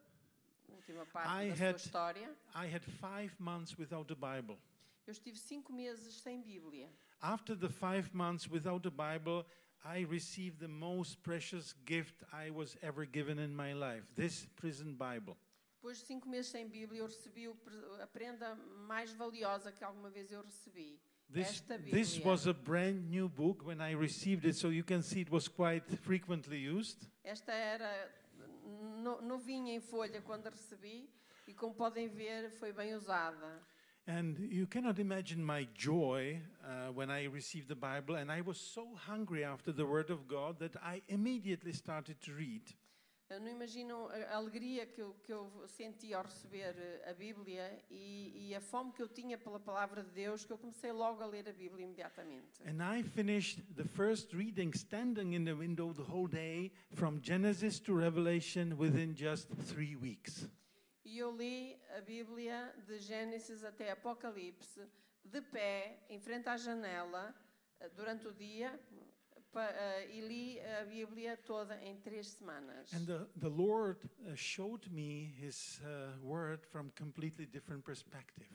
última parte
I
da sua
had-
história.
I had five months without a Bible.
Eu estive cinco meses sem Bíblia.
After the five months without a Bible, I received the most precious gift I was ever given in my life this prison Bible.
Depois de cinco meses sem Bíblia, eu recebi o pre- a prenda mais valiosa que alguma vez eu recebi.
This,
Esta Bíblia.
this was a brand new book when I received it, so you can see it was quite frequently used.
Esta era no- novinha em folha quando a recebi e, como podem ver, foi bem usada.
And you cannot imagine my joy uh, when I received the Bible, and I was so hungry after the Word of God that I immediately started to read.
Eu não imaginam a a alegria que eu, que eu senti ao receber eh, a Bíblia e, e a fome que eu tinha pela palavra de Deus, que eu comecei logo a ler a Bíblia imediatamente.
And I finished the first reading standing in the window the whole day from Genesis to Revelation within just three weeks.
E eu li a Bíblia de Gênesis até Apocalipse, de pé, em frente à janela, eh, durante o dia, pa- eh, e li a Bíblia toda em três semanas.
And the, the Lord uh, showed me His uh, Word from completely different perspective.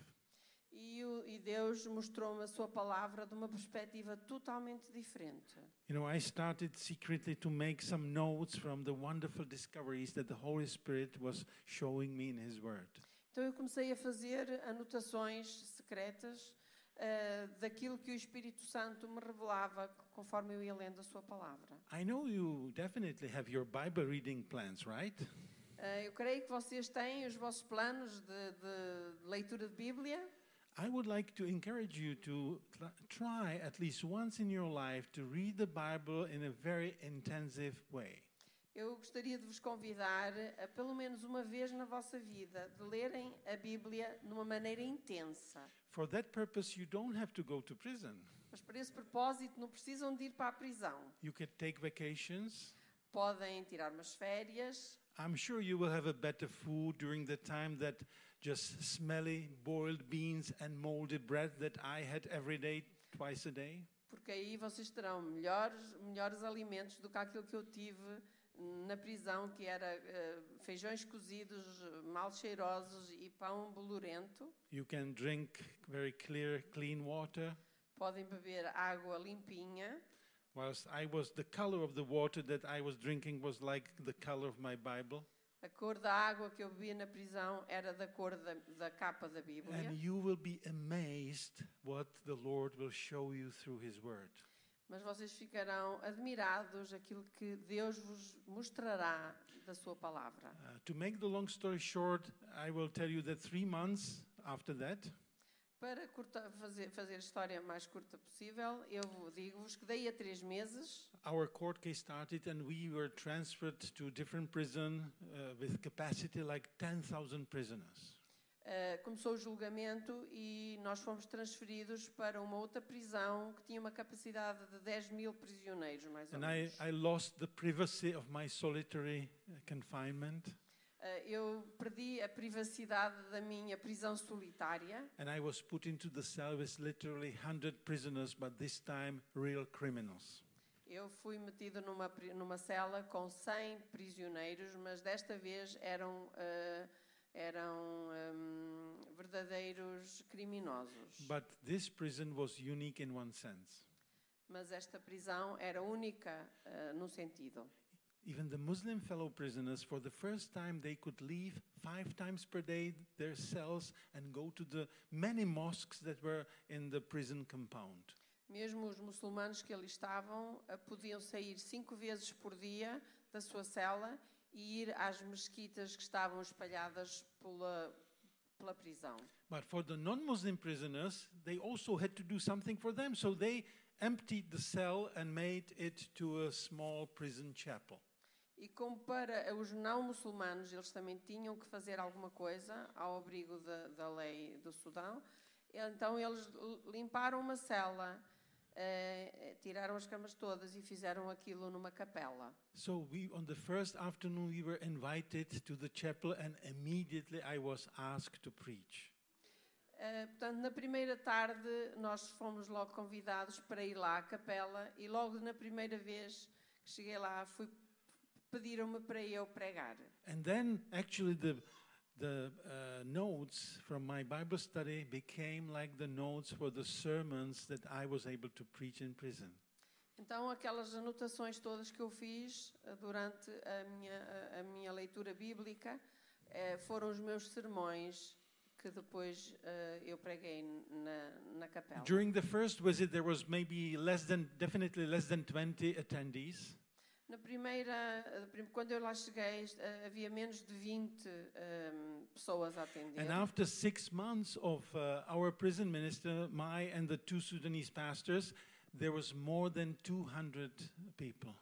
E, o- e Deus mostrou-me a sua palavra de uma perspectiva totalmente diferente.
You know, I started secretly to make some notes from the wonderful discoveries that the Holy Spirit was showing me in His Word.
Então eu comecei a fazer anotações secretas ah, daquilo que o Espírito Santo me revelava conforme eu ia lendo a sua palavra.
I know you definitely have your Bible reading plans, right?
Ah, eu creio que vocês têm os vossos planos de, de leitura de Bíblia.
I would like to encourage you to tl- try at least once in your life to read the Bible in a very intensive way.
Eu gostaria de vos convidar a, pelo menos uma vez na vossa vida, de lerem a Bíblia de uma maneira intensa.
For that purpose, you don't have to go to prison.
Mas para esse propósito não precisam de ir para a prisão.
You can take vacations.
Podem tirar umas férias,
I'm sure you will have a better food during the time that just smelly boiled beans and moldy bread that I had every day, twice a day.
Porque aí vocês terão melhores, melhores alimentos do que aquilo que eu tive na prisão, que era eh, feijões cozidos eh, mal cheirosos e pão bolorento.
You can drink very clear, clean water.
Podem beber água limpinha.
Whilst I was, the color of the water that I was drinking was like the color of my Bible.
A cor da água que eu bebia na prisão era da cor da, da capa da
É
Bíblia.
And you will be amazed what the Lord will show you through His Word.
Mas vocês ficarão admirados aquilo que Deus vos mostrará da sua palavra.
Uh, to make the long story short, I will tell you that three months after that,
Para corta- fazer, fazer a história mais curta possível, eu vou- digo-vos que daí a três meses
our court case started and we were transferred to different prison uh, with capacity like 10,000 prisoners.
ah, começou o julgamento e nós fomos transferidos para uma outra prisão que tinha uma capacidade de 10 mil prisioneiros, mais ou
And I,
menos.
I lost the privacy of my solitary uh, confinement
Ah, eu perdi a privacidade da minha prisão solitária
and I was put into the cell with literally 100 prisoners, but this time real criminals.
Eu fui metido numa, pri- numa cela com 100 prisioneiros, mas desta vez eram, eh, eram hum, verdadeiros criminosos.
But this prison was unique in one sense.
mas esta prisão era única eh, num sentido.
Even the Muslim fellow prisoners, for the first time, they could leave five times per day their cells and go to the many mosques that were in the prison compound.
Mesmo os muçulmanos que ali estavam eh, podiam sair cinco vezes por dia da sua cela e ir às mesquitas que estavam espalhadas pela, pela prisão.
But for the non Muslim prisoners, they also had to do something for them. So they emptied the cell and made it to a small prison chapel.
E como para os não muçulmanos eles também tinham que fazer alguma coisa ao abrigo da, da lei do Sudão, então eles l- limparam uma cela, eh, eh, tiraram as camas todas e fizeram aquilo numa capela.
So we, on the first afternoon, we were invited to the chapel, and immediately I was asked to preach.
Eh, portanto, na primeira tarde nós fomos logo convidados para ir lá à capela e logo na primeira vez que cheguei lá fui pediram-me para eu pregar.
And then actually the the uh, notes from my Bible study became like the notes for the sermons that I was able to preach in prison.
Então, aquelas anotações todas que eu fiz eh, durante a minha, a- a minha leitura bíblica eh, foram os meus sermões que depois eh, eu preguei na, na capela.
During the first visit there was maybe less than definitely less than 20 attendees.
Na primeira, eh, prim- quando eu lá cheguei, est- eh, havia menos de 20 ehm, pessoas a atender.
And after 6 months of uh, our prison minister my and the two Sudanese pastors there was more than 200 people.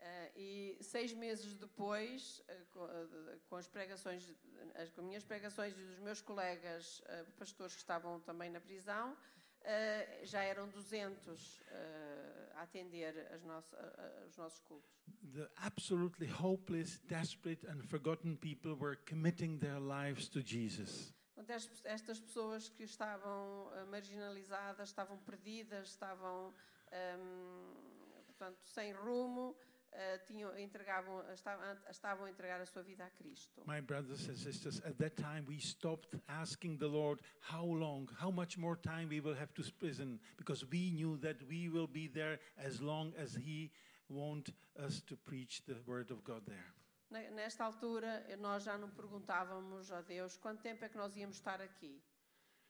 Eh, e seis meses depois, eh, co- eh, de- com as pregações, as com minhas pregações e dos meus colegas eh, pastores que estavam também na prisão, eh, já eram 200 eh, a atender as nossa- a- a- os nossos cultos.
The absolutely hopeless, desperate and forgotten people were committing their lives to Jesus.
Portanto, as pe- estas pessoas que estavam eh, marginalizadas, estavam perdidas, estavam ehm, portanto, sem rumo, eh, tinham, entregavam, estavam, estavam a entregar a sua vida a Cristo.
My brothers and sisters, at that time we stopped asking the Lord how long, how much more time we will have to prison because we knew that we will be there as long as He wants us to preach the Word of God there.
Ne- Nesta altura, eh, nós já não perguntávamos a Deus quanto tempo é que nós íamos estar aqui,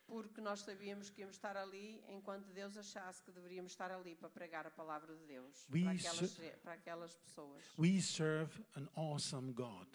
porque nós sabíamos que íamos estar ali enquanto Deus achasse que deveríamos estar ali para pregar a palavra de Deus
We
para aquelas,
ser-
ge- para aquelas pessoas.
We serve an awesome God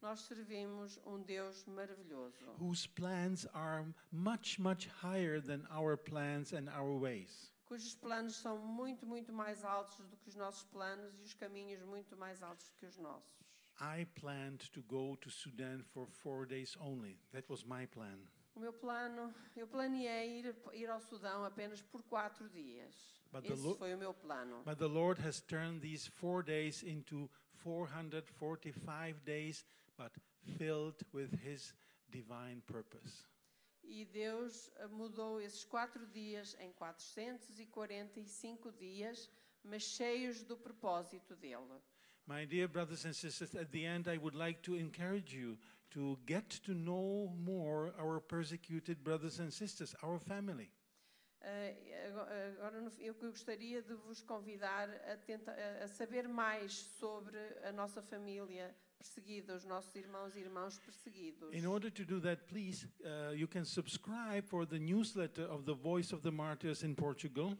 Nós servimos um Deus maravilhoso,
whose plans are much, much higher than our plans and our ways.
cujos planos são muito, muito mais altos do que os nossos planos e os caminhos muito mais altos do que os nossos.
I planned to go to Sudan for four days only. That was my plan.
O meu plano, eu planeei ir, ir ao Sudão apenas por quatro dias.
But the
Esse
lo-
foi o meu plano.
But the Lord has turned these four days into 445 days, but filled with His divine purpose.
E Deus ah, mudou esses quatro dias em 445 dias, mas cheios do propósito dele.
My dear brothers and sisters, at the end, I would like to encourage you to get to know more our persecuted brothers and sisters, our family.
Ah, e ago- Agora, no fim, eu que gostaria de vos convidar a, tenta- a- a saber mais sobre a nossa família perseguida, os nossos irmãos e irmãs perseguidos.
In order to do that, please, uh, you can subscribe for the newsletter of the Voice of the Martyrs in Portugal.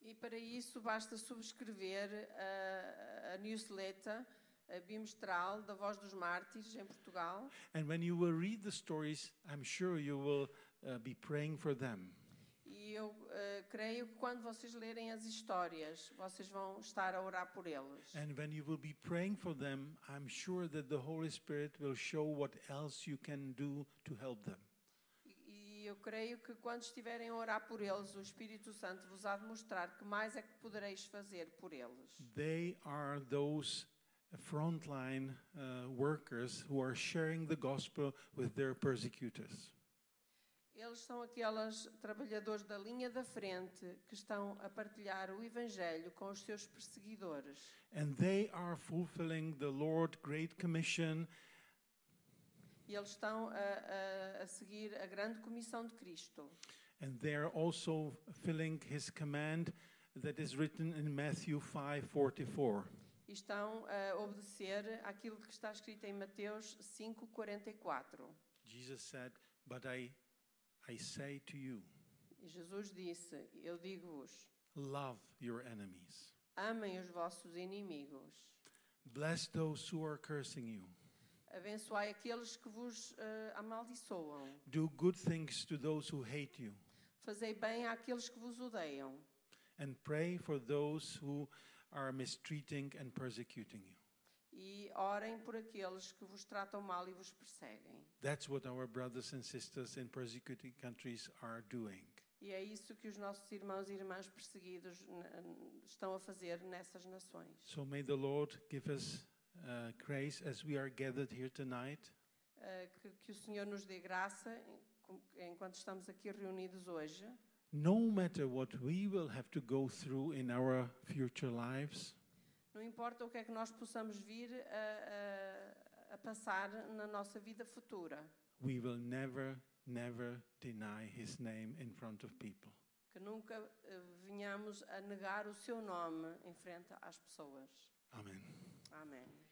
E E para isso basta subscrever a, a newsletter a bimestral da Voz dos Mártires em Portugal.
And when you will read the stories, I'm sure you will uh, be praying for them.
E eu eh, creio que quando vocês lerem as histórias, vocês vão estar a orar por eles.
And when you will be praying for them, I'm sure that the Holy Spirit will show what else you can do to help them.
E eu creio que quando estiverem a orar por eles, o Espírito Santo vos há de mostrar que mais é que podereis fazer por eles.
They are those frontline uh, workers who are sharing the gospel with their persecutors.
Eles são aqueles trabalhadores da linha da frente que estão a partilhar o Evangelho com os seus perseguidores.
And they are fulfilling the Lord Great Commission
E eles estão a, a- a seguir a grande comissão de Cristo.
And they are also filling his command that is written in Matthew 5:44.
E estão a obedecer àquilo que está escrito em Mateus 5,44.
Jesus said, "But I I say to you,
E Jesus disse: Eu digo-vos,
love your enemies.
amem os vossos inimigos,
Bless those who are cursing you.
abençoai aqueles que vos eh, amaldiçoam,
Do good things to those who hate you
fazei bem àqueles que vos odeiam,
and pray for those who are mistreating and persecuting you."
e orem por aqueles que vos tratam mal e vos perseguem.
That's what our brothers and sisters in persecuting countries are doing.
E é isso que os nossos irmãos e irmãs perseguidos n- n- estão a fazer nessas nações.
So may the Lord give us uh, grace as we are gathered here tonight.
Eh, que, que o Senhor nos dê graça em- com- enquanto estamos aqui reunidos hoje.
no matter what we will have to go through in our future lives,
Não importa o que é que nós possamos vir a, a- a passar na nossa vida futura,
we will never, never deny his name in front of people.
que nunca eh, venhamos a negar o seu nome em frente às pessoas.
Amen.
Amém.